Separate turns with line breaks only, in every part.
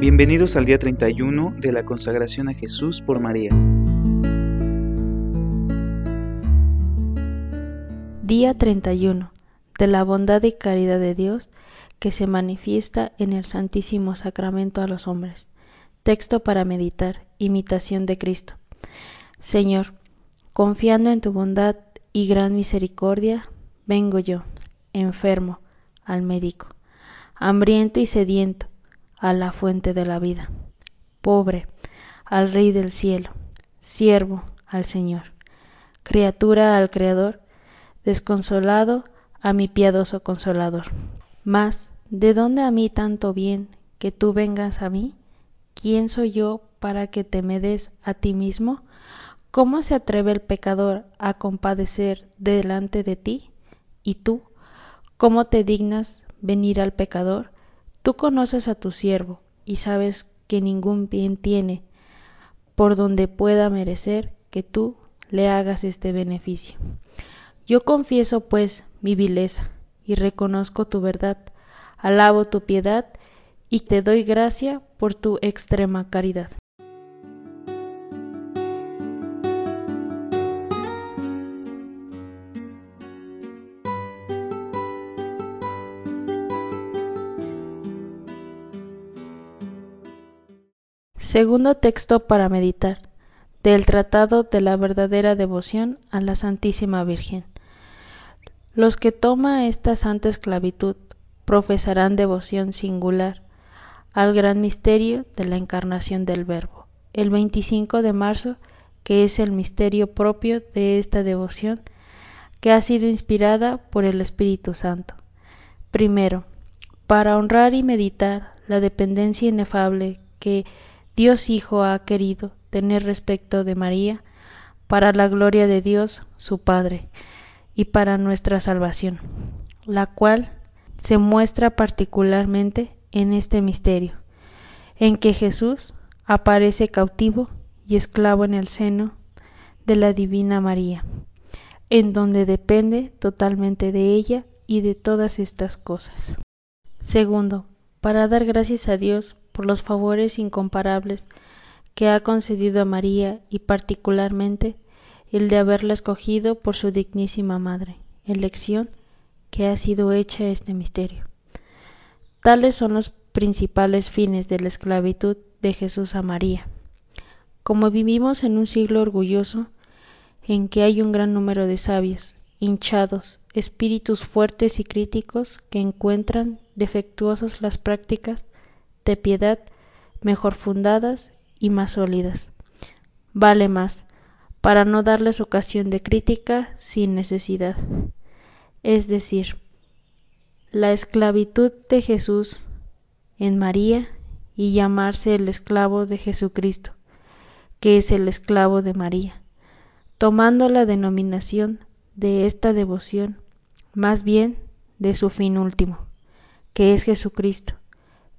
Bienvenidos al día 31 de la consagración a Jesús por María.
Día 31 de la bondad y caridad de Dios que se manifiesta en el Santísimo Sacramento a los hombres. Texto para meditar. Imitación de Cristo. Señor, confiando en tu bondad y gran misericordia, vengo yo, enfermo, al médico, hambriento y sediento a la fuente de la vida, pobre, al Rey del cielo, siervo al Señor, criatura al Creador, desconsolado a mi piadoso consolador. Mas, ¿de dónde a mí tanto bien que tú vengas a mí? ¿Quién soy yo para que te me des a ti mismo? ¿Cómo se atreve el pecador a compadecer delante de ti? ¿Y tú? ¿Cómo te dignas venir al pecador? Tú conoces a tu siervo y sabes que ningún bien tiene por donde pueda merecer que tú le hagas este beneficio. Yo confieso pues mi vileza y reconozco tu verdad, alabo tu piedad y te doy gracia por tu extrema caridad. Segundo texto para meditar del Tratado de la verdadera devoción a la Santísima Virgen. Los que toma esta santa esclavitud profesarán devoción singular al gran misterio de la encarnación del Verbo. El 25 de marzo, que es el misterio propio de esta devoción, que ha sido inspirada por el Espíritu Santo. Primero, para honrar y meditar la dependencia inefable que Dios Hijo ha querido tener respecto de María para la gloria de Dios su Padre y para nuestra salvación, la cual se muestra particularmente en este misterio, en que Jesús aparece cautivo y esclavo en el seno de la Divina María, en donde depende totalmente de ella y de todas estas cosas. Segundo, para dar gracias a Dios por los favores incomparables que ha concedido a María y particularmente el de haberla escogido por su dignísima madre, elección que ha sido hecha este misterio. Tales son los principales fines de la esclavitud de Jesús a María. Como vivimos en un siglo orgulloso, en que hay un gran número de sabios, hinchados, espíritus fuertes y críticos que encuentran defectuosas las prácticas de piedad mejor fundadas y más sólidas. Vale más, para no darles ocasión de crítica sin necesidad. Es decir, la esclavitud de Jesús en María y llamarse el esclavo de Jesucristo, que es el esclavo de María, tomando la denominación de esta devoción, más bien de su fin último, que es Jesucristo,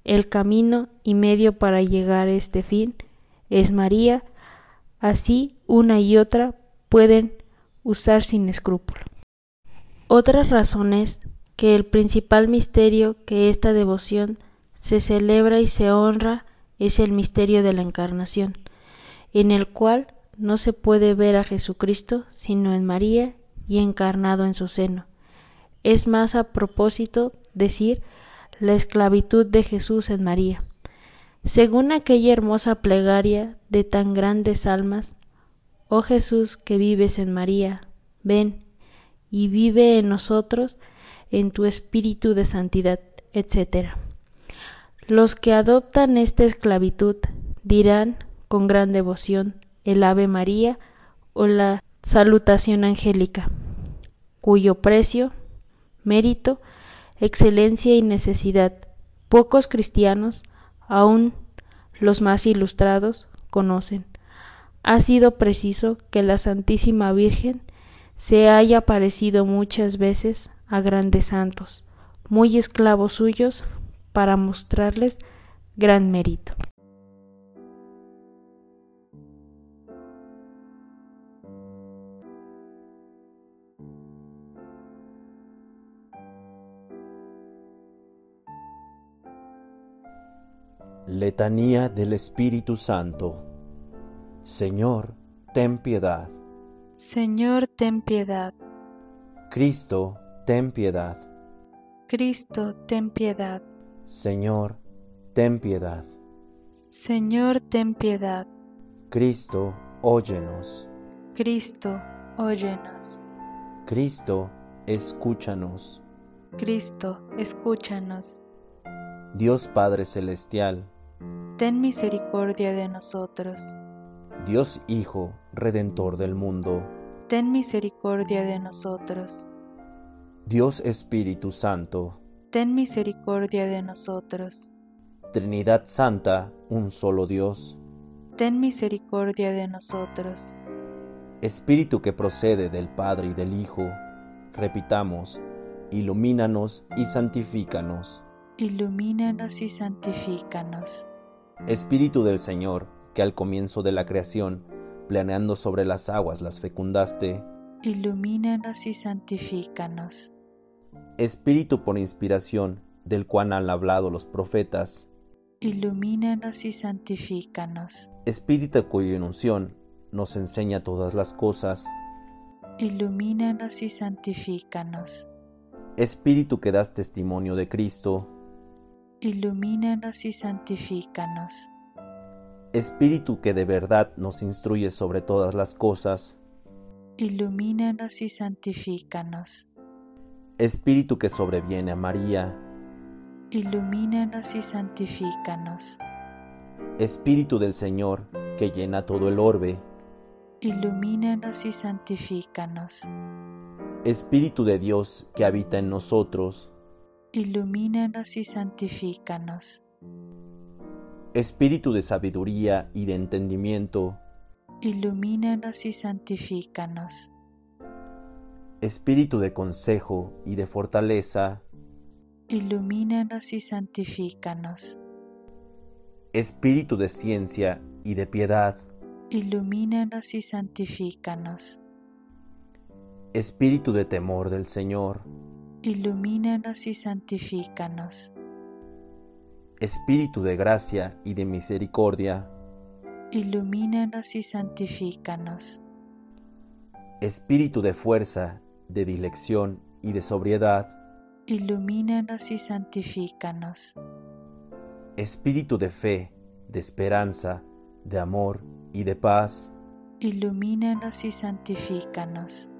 el camino y medio para llegar a este fin es María, así una y otra pueden usar sin escrúpulo. Otras razones que el principal misterio que esta devoción se celebra y se honra es el misterio de la encarnación, en el cual no se puede ver a Jesucristo sino en María y encarnado en su seno. Es más a propósito decir la esclavitud de Jesús en María. Según aquella hermosa plegaria de tan grandes almas, Oh Jesús que vives en María, ven y vive en nosotros en tu espíritu de santidad, etc. Los que adoptan esta esclavitud dirán con gran devoción el Ave María o la salutación angélica, cuyo precio, mérito, excelencia y necesidad. Pocos cristianos, aun los más ilustrados, conocen. Ha sido preciso que la Santísima Virgen se haya aparecido muchas veces a grandes santos, muy esclavos suyos, para mostrarles gran mérito.
Letanía del Espíritu Santo. Señor, ten piedad.
Señor, ten piedad.
Cristo, ten piedad.
Cristo, ten piedad.
Señor, ten piedad.
Señor, ten piedad.
Cristo, óyenos.
Cristo, óyenos.
Cristo, escúchanos.
Cristo, escúchanos.
Dios Padre Celestial,
Ten misericordia de nosotros.
Dios Hijo, Redentor del mundo,
Ten misericordia de nosotros.
Dios Espíritu Santo,
Ten misericordia de nosotros.
Trinidad Santa, un solo Dios,
Ten misericordia de nosotros.
Espíritu que procede del Padre y del Hijo, repitamos, ilumínanos y santifícanos.
Ilumínanos y santifícanos.
Espíritu del Señor, que al comienzo de la creación, planeando sobre las aguas las fecundaste,
Ilumínanos y santifícanos.
Espíritu por inspiración, del cual han hablado los profetas,
Ilumínanos y santifícanos.
Espíritu cuya unción nos enseña todas las cosas,
Ilumínanos y santifícanos.
Espíritu que das testimonio de Cristo,
Ilumínanos y santifícanos.
Espíritu que de verdad nos instruye sobre todas las cosas,
Ilumínanos y santifícanos.
Espíritu que sobreviene a María,
Ilumínanos y santifícanos.
Espíritu del Señor, que llena todo el orbe,
Ilumínanos y santifícanos.
Espíritu de Dios que habita en nosotros,
Ilumínanos y santifícanos.
Espíritu de sabiduría y de entendimiento,
Ilumínanos y santifícanos.
Espíritu de consejo y de fortaleza,
Ilumínanos y santifícanos.
Espíritu de ciencia y de piedad,
Ilumínanos y santifícanos.
Espíritu de temor del Señor,
Ilumínanos y santifícanos.
Espíritu de gracia y de misericordia,
Ilumínanos y santifícanos.
Espíritu de fuerza, de dilección y de sobriedad,
Ilumínanos y santifícanos.
Espíritu de fe, de esperanza, de amor y de paz,
Ilumínanos y santifícanos.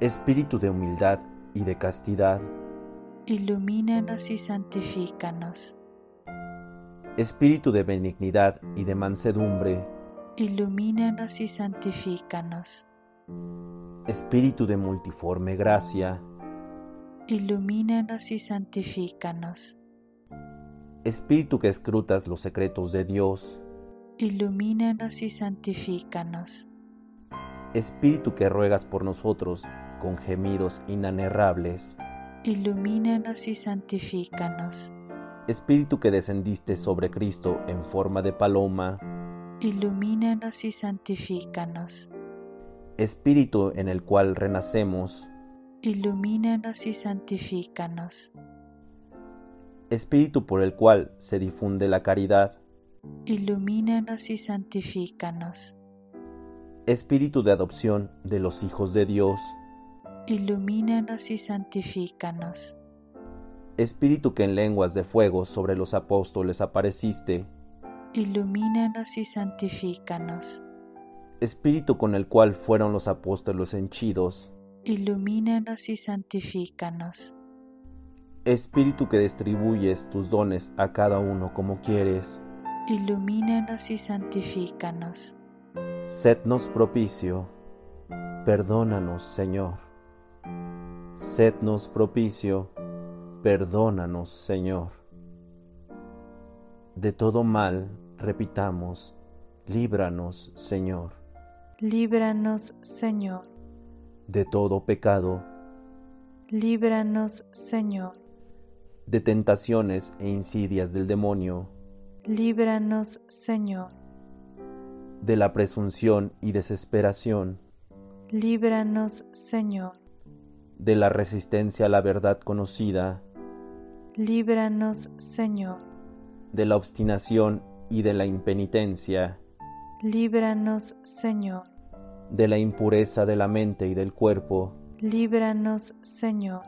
Espíritu de humildad y de castidad,
Ilumínanos y santifícanos.
Espíritu de benignidad y de mansedumbre,
Ilumínanos y santifícanos.
Espíritu de multiforme gracia,
Ilumínanos y santifícanos.
Espíritu que escrutas los secretos de Dios,
Ilumínanos y santifícanos.
Espíritu que ruegas por nosotros con gemidos inanerrables,
Ilumínanos y santifícanos.
Espíritu que descendiste sobre Cristo en forma de paloma,
Ilumínanos y santifícanos.
Espíritu en el cual renacemos,
Ilumínanos y santifícanos.
Espíritu por el cual se difunde la caridad,
Ilumínanos y santifícanos.
Espíritu de adopción de los hijos de Dios,
Ilumínanos y santifícanos.
Espíritu que en lenguas de fuego sobre los apóstoles apareciste,
Ilumínanos y santifícanos.
Espíritu con el cual fueron los apóstoles henchidos,
Ilumínanos y santifícanos.
Espíritu que distribuyes tus dones a cada uno como quieres,
Ilumínanos y santifícanos.
sednos propicio, perdónanos Señor. Sednos propicio, perdónanos Señor. De todo mal, repitamos, líbranos Señor.
Líbranos, Señor.
De todo pecado,
Líbranos, Señor.
de tentaciones e insidias del demonio,
Líbranos, Señor.
de la presunción y desesperación,
Líbranos, Señor.
de la resistencia a la verdad conocida,
Líbranos, Señor.
de la obstinación y de la impenitencia,
líbranos Señor,
de la impureza de la mente y del cuerpo,
líbranos Señor,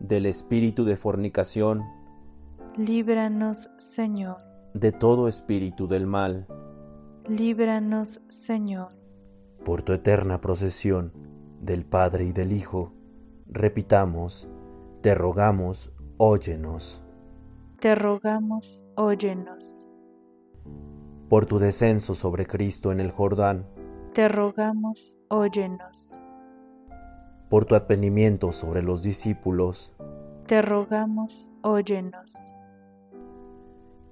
del espíritu de fornicación,
líbranos Señor,
de todo espíritu del mal,
líbranos Señor,
por tu eterna procesión del Padre y del Hijo, repitamos, te rogamos, óyenos,
te rogamos, óyenos,
por tu descenso sobre Cristo en el Jordán,
te rogamos, óyenos,
por tu advenimiento sobre los discípulos,
te rogamos, óyenos,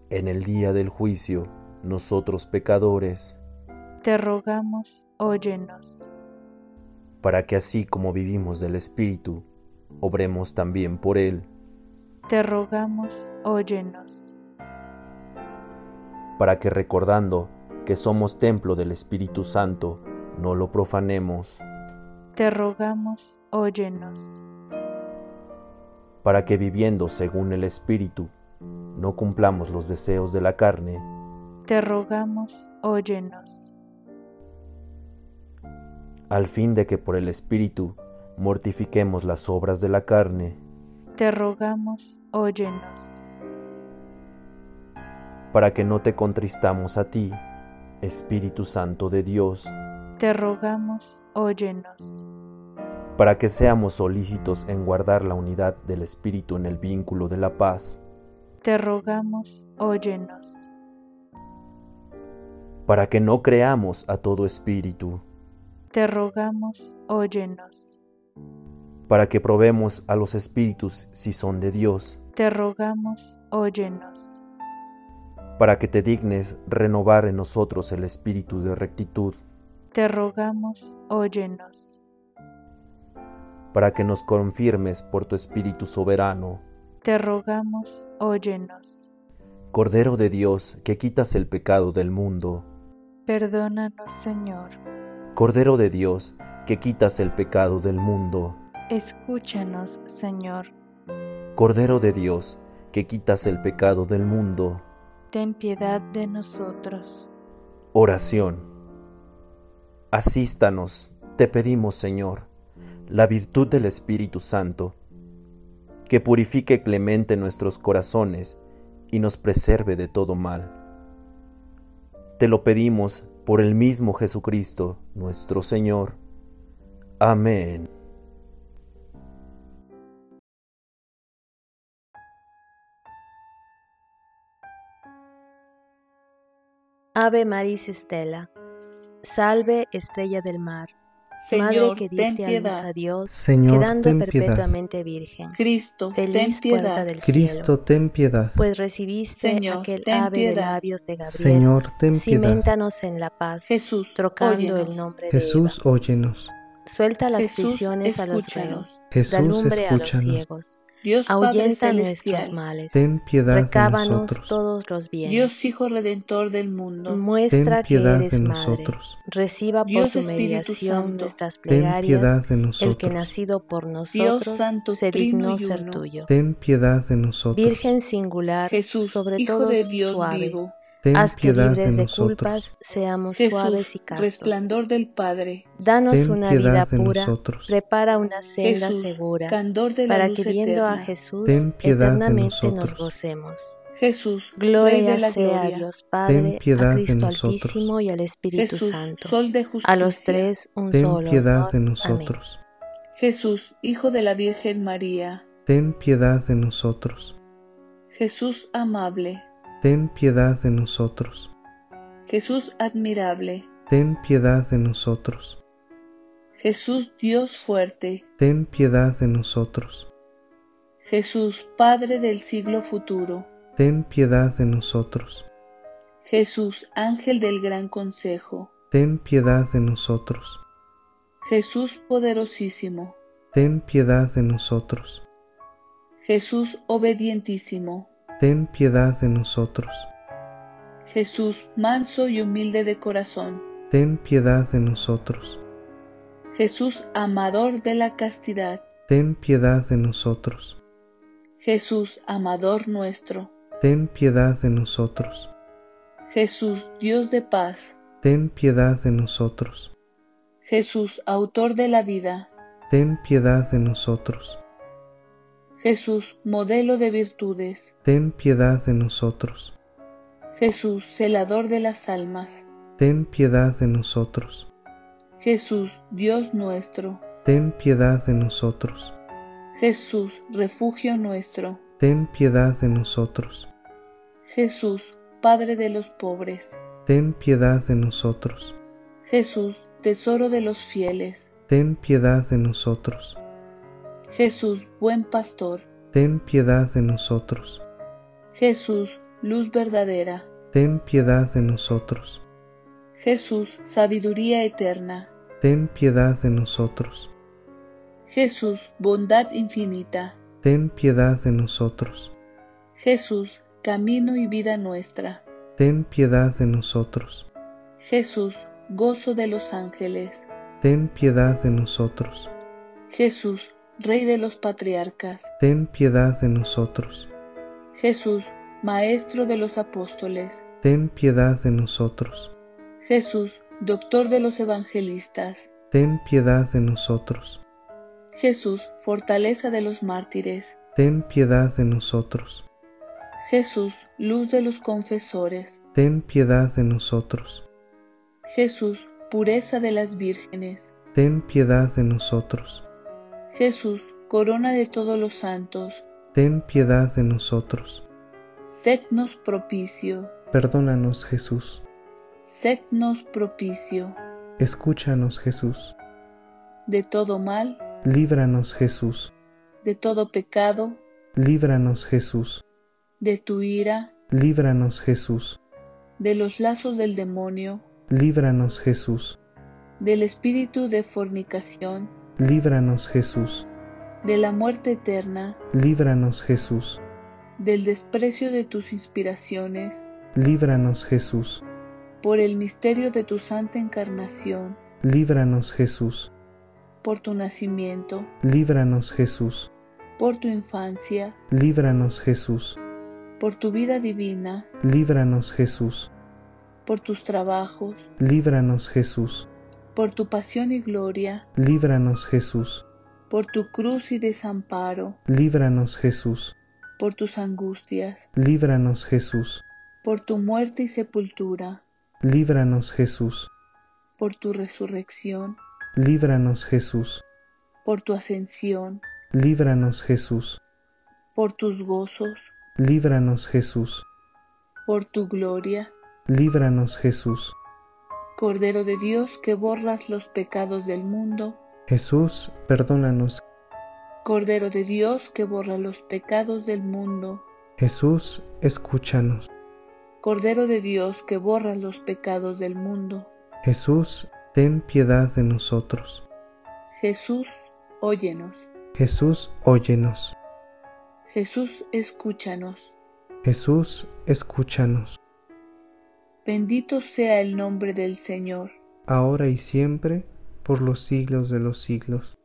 en el día del juicio, nosotros pecadores,
te rogamos, óyenos,
para que así como vivimos del Espíritu, obremos también por Él,
te rogamos, óyenos,
para que recordando que somos templo del Espíritu Santo, no lo profanemos,
te rogamos, óyenos,
para que viviendo según el Espíritu, no cumplamos los deseos de la carne,
te rogamos, óyenos,
al fin de que por el Espíritu mortifiquemos las obras de la carne,
te rogamos, óyenos,
para que no te contristamos a ti, Espíritu Santo de Dios,
te rogamos, óyenos,
para que seamos solícitos en guardar la unidad del Espíritu en el vínculo de la paz,
te rogamos, óyenos,
para que no creamos a todo espíritu,
te rogamos, óyenos,
para que probemos a los espíritus si son de Dios,
te rogamos, óyenos,
para que te dignes renovar en nosotros el espíritu de rectitud,
te rogamos, óyenos,
para que nos confirmes por tu Espíritu soberano,
te rogamos, óyenos,
Cordero de Dios que quitas el pecado del mundo,
perdónanos Señor,
Cordero de Dios que quitas el pecado del mundo,
escúchanos Señor,
Cordero de Dios que quitas el pecado del mundo.
ten piedad de nosotros,
Oración. Asístanos, te pedimos Señor, la virtud del Espíritu Santo, que purifique clemente nuestros corazones y nos preserve de todo mal. Te lo pedimos por el mismo Jesucristo, nuestro Señor. Amén.
Ave Maris Estela, salve estrella del mar, madre
Señor,
que
ten
diste a luz
piedad.
a Dios,
Señor,
quedando
ten
perpetuamente virgen.
Cristo,
Feliz
ten
puerta
piedad.
del cielo,
Cristo, ten piedad.
pues recibiste
Señor,
aquel
ten
ave de
piedad.
labios de Gabriel.
Señor, ten piedad.
Cimentanos en la paz,
Jesús,
trocando
óyenos.
el nombre
Jesús,
de
óyenos.
Eva. Suelta las
Jesús,
prisiones a los
escúchanos.
reos, da
Jesús,
lumbre a los
escúchanos.
ciegos,
Dios Padre
ahuyenta nuestros
celestial,
males,
Ten piedad de
pues, recábanos
nosotros.
todos los bienes,
Dios Hijo Redentor del mundo,
muestra
Ten
que
piedad
eres
de
madre,
nosotros.
reciba por
Dios
tu
Espíritu
mediación
Santo,
nuestras
Ten
plegarias,
piedad de
el que
nosotros.
nacido por nosotros
Santo,
se
Trino
dignó
y
ser
Uno.
tuyo.
Ten piedad de nosotros.
Virgen singular,
Jesús,
sobre
Hijo
todo
de Dios
suave,
vivo,
Ten
haz que
piedad de
libres de,
nosotros.
culpas seamos suaves y
Jesús,
castos.
resplandor del Padre,
Danos
Ten
una vida
piedad de
pura,
nosotros.
prepara una senda
Jesús,
segura,
candor de la
para
luz
que viendo a
eterna.
Jesús
Ten piedad de
eternamente nos
nosotros.
gocemos.
Jesús, Rey de
Gloria
la
sea a
gloria.
Dios Padre,
piedad
a
de
Cristo
nosotros.
Altísimo y al Espíritu
Jesús,
Santo.
Sol de justicia,
A los tres un
Ten
solo
piedad
honor.
de
Amén.
nosotros.
Jesús, Hijo de la Virgen María,
Ten piedad de nosotros.
Jesús amable,
Ten piedad de nosotros.
Jesús admirable,
Ten piedad de nosotros.
Jesús Dios fuerte,
Ten piedad de nosotros.
Jesús Padre del siglo futuro,
Ten piedad de nosotros.
Jesús Ángel del gran consejo,
Ten piedad de nosotros.
Jesús poderosísimo,
Ten piedad de nosotros.
Jesús obedientísimo,
Ten piedad de nosotros.
Jesús manso y humilde de corazón,
Ten piedad de nosotros.
Jesús amador de la castidad,
Ten piedad de nosotros.
Jesús amador nuestro,
ten piedad de nosotros,
Jesús, Dios de paz,
ten piedad de nosotros,
Jesús, autor de la vida,
ten piedad de nosotros,
Jesús, modelo de virtudes,
ten piedad de nosotros,
Jesús, celador de las almas,
ten piedad de nosotros,
Jesús, Dios nuestro,
ten piedad de nosotros,
Jesús, refugio nuestro,
ten piedad de nosotros,
Jesús, Padre de los pobres,
ten piedad de nosotros,
Jesús, tesoro de los fieles,
ten piedad de nosotros,
Jesús, buen pastor,
ten piedad de nosotros,
Jesús, luz verdadera,
ten piedad de nosotros,
Jesús, sabiduría eterna,
ten piedad de nosotros,
Jesús, bondad infinita,
ten piedad de nosotros,
Jesús, camino y vida nuestra,
ten piedad de nosotros,
Jesús, gozo de los ángeles,
ten piedad de nosotros,
Jesús, Rey de los patriarcas,
ten piedad de nosotros,
Jesús, Maestro de los apóstoles,
ten piedad de nosotros,
Jesús, Doctor de los evangelistas,
ten piedad de nosotros,
Jesús, fortaleza de los mártires,
ten piedad de nosotros,
Jesús, luz de los confesores,
ten piedad de nosotros,
Jesús, pureza de las vírgenes,
ten piedad de nosotros,
Jesús, corona de todos los santos,
ten piedad de nosotros,
sednos propicio,
perdónanos Jesús,
sednos propicio,
escúchanos Jesús,
de todo mal,
líbranos Jesús,
de todo pecado,
líbranos Jesús,
de tu ira,
líbranos Jesús,
de los lazos del demonio,
líbranos Jesús,
del espíritu de fornicación,
líbranos Jesús,
de la muerte eterna,
líbranos Jesús,
del desprecio de tus inspiraciones,
líbranos Jesús,
por el misterio de tu santa encarnación,
líbranos Jesús,
por tu nacimiento,
líbranos Jesús,
por tu infancia,
líbranos Jesús,
por tu vida divina,
líbranos Jesús,
por tus trabajos,
líbranos Jesús,
por tu pasión y gloria,
líbranos Jesús,
por tu cruz y desamparo,
líbranos Jesús,
por tus angustias,
líbranos Jesús,
por tu muerte y sepultura,
líbranos Jesús,
por tu resurrección,
líbranos Jesús,
por tu ascensión,
líbranos Jesús,
por tus gozos,
líbranos Jesús,
por tu gloria,
líbranos Jesús.
Cordero de Dios que borras los pecados del mundo,
Jesús, perdónanos.
Cordero de Dios que borra los pecados del mundo,
Jesús, escúchanos.
Cordero de Dios que borra los pecados del mundo,
Jesús, ten piedad de nosotros.
Jesús, óyenos.
Jesús, óyenos.
Jesús, escúchanos.
Jesús, escúchanos.
Bendito sea el nombre del Señor.
Ahora y siempre, por los siglos de los siglos.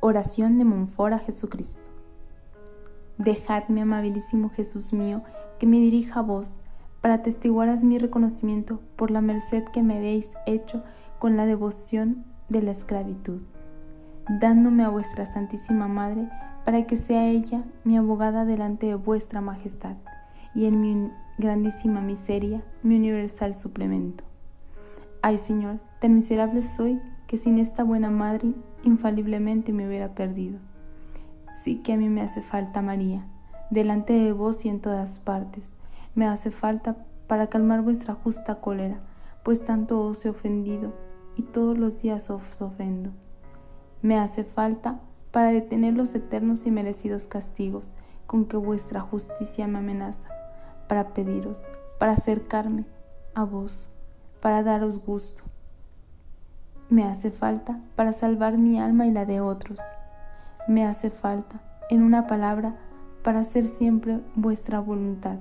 Oración de Monfort a Jesucristo. Dejadme, amabilísimo Jesús mío, que me dirija a vos, para atestiguaras mi reconocimiento por la merced que me habéis hecho con la devoción de la esclavitud, dándome a vuestra Santísima Madre, para que sea ella mi abogada delante de vuestra Majestad, y en mi un- grandísima miseria, mi universal suplemento. Ay Señor, tan miserable soy que sin esta buena madre infaliblemente me hubiera perdido. Sí que a mí me hace falta María, delante de vos y en todas partes. Me hace falta para calmar vuestra justa cólera, pues tanto os he ofendido y todos los días os ofendo. Me hace falta para detener los eternos y merecidos castigos con que vuestra justicia me amenaza, para pediros, para acercarme a vos, para daros gusto. Me hace falta para salvar mi alma y la de otros. Me hace falta, en una palabra, para hacer siempre vuestra voluntad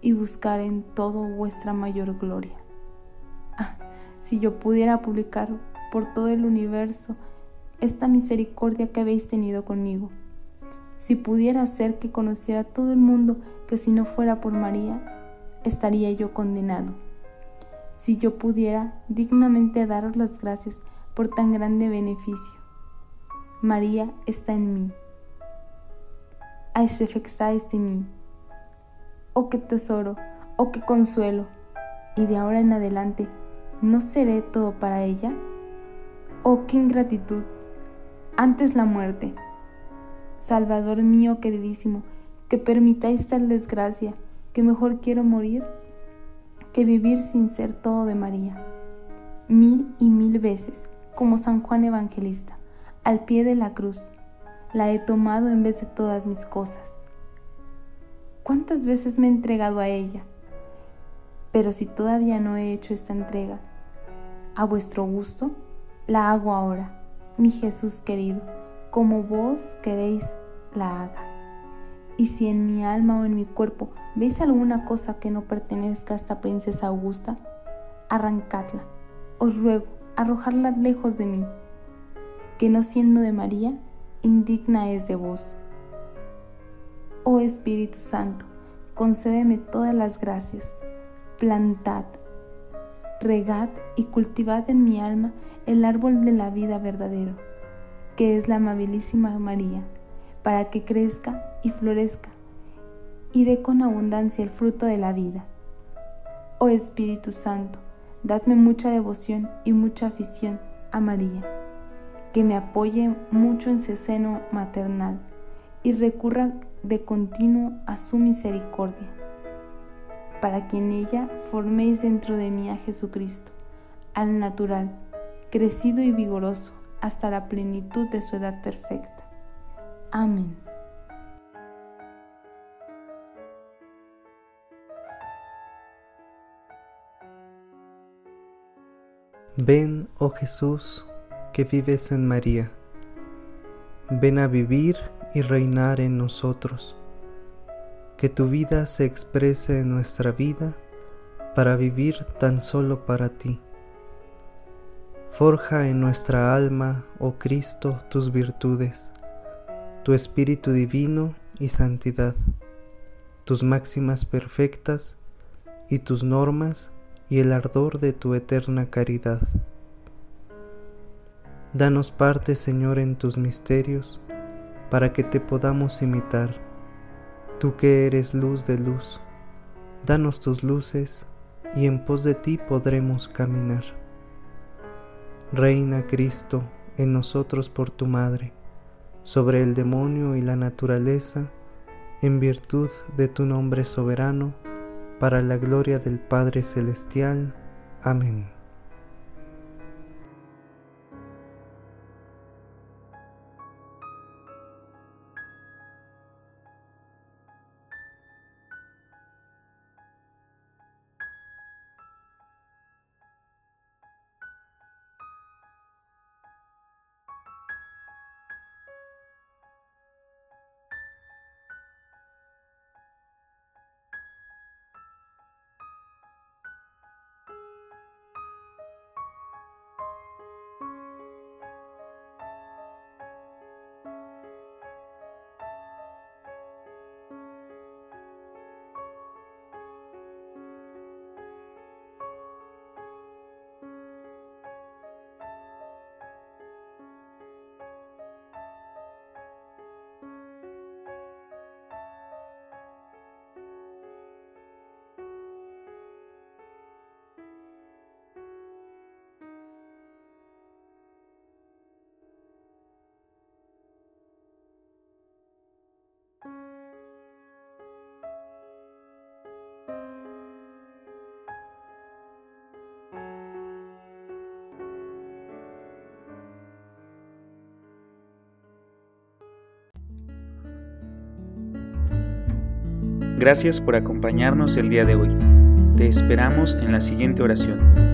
y buscar en todo vuestra mayor gloria. Ah, si yo pudiera publicar por todo el universo esta misericordia que habéis tenido conmigo. Si pudiera hacer que conociera todo el mundo que si no fuera por María, estaría yo condenado. Si yo pudiera dignamente daros las gracias por tan grande beneficio. María está en mí. Aishefexaiste en mí. Oh, qué tesoro, oh, qué consuelo. Y de ahora en adelante, ¿no seré todo para ella? Oh, qué ingratitud. Antes la muerte. Salvador mío queridísimo, que permitáis tal desgracia, que mejor quiero morir que vivir sin ser todo de María. Mil y mil veces, como San Juan Evangelista, al pie de la cruz, la he tomado en vez de todas mis cosas. ¿Cuántas veces me he entregado a ella? Pero si todavía no he hecho esta entrega, a vuestro gusto, la hago ahora, mi Jesús querido, como vos queréis la haga. Y si en mi alma o en mi cuerpo veis alguna cosa que no pertenezca a esta princesa augusta, arrancadla. Os ruego, arrojadla lejos de mí, que no siendo de María, indigna es de vos. Oh Espíritu Santo, concédeme todas las gracias. Plantad, regad y cultivad en mi alma el árbol de la vida verdadero, que es la amabilísima María, para que crezca y florezca y dé con abundancia el fruto de la vida. Oh Espíritu Santo, dadme mucha devoción y mucha afición a María, que me apoye mucho en su seno maternal y recurra de continuo a su misericordia, para que en ella forméis dentro de mí a Jesucristo, al natural, crecido y vigoroso hasta la plenitud de su edad perfecta. Amén.
Ven, oh Jesús, que vives en María. Ven a vivir y reinar en nosotros. Que tu vida se exprese en nuestra vida para vivir tan solo para ti. Forja en nuestra alma, oh Cristo, tus virtudes, tu Espíritu Divino y santidad, tus máximas perfectas y tus normas y el ardor de tu eterna caridad. Danos parte, Señor, en tus misterios, para que te podamos imitar. Tú que eres luz de luz, danos tus luces, y en pos de ti podremos caminar. Reina Cristo en nosotros por tu Madre, sobre el demonio y la naturaleza, en virtud de tu nombre soberano, para la gloria del Padre Celestial. Amén.
Gracias por acompañarnos el día de hoy. Te esperamos en la siguiente oración.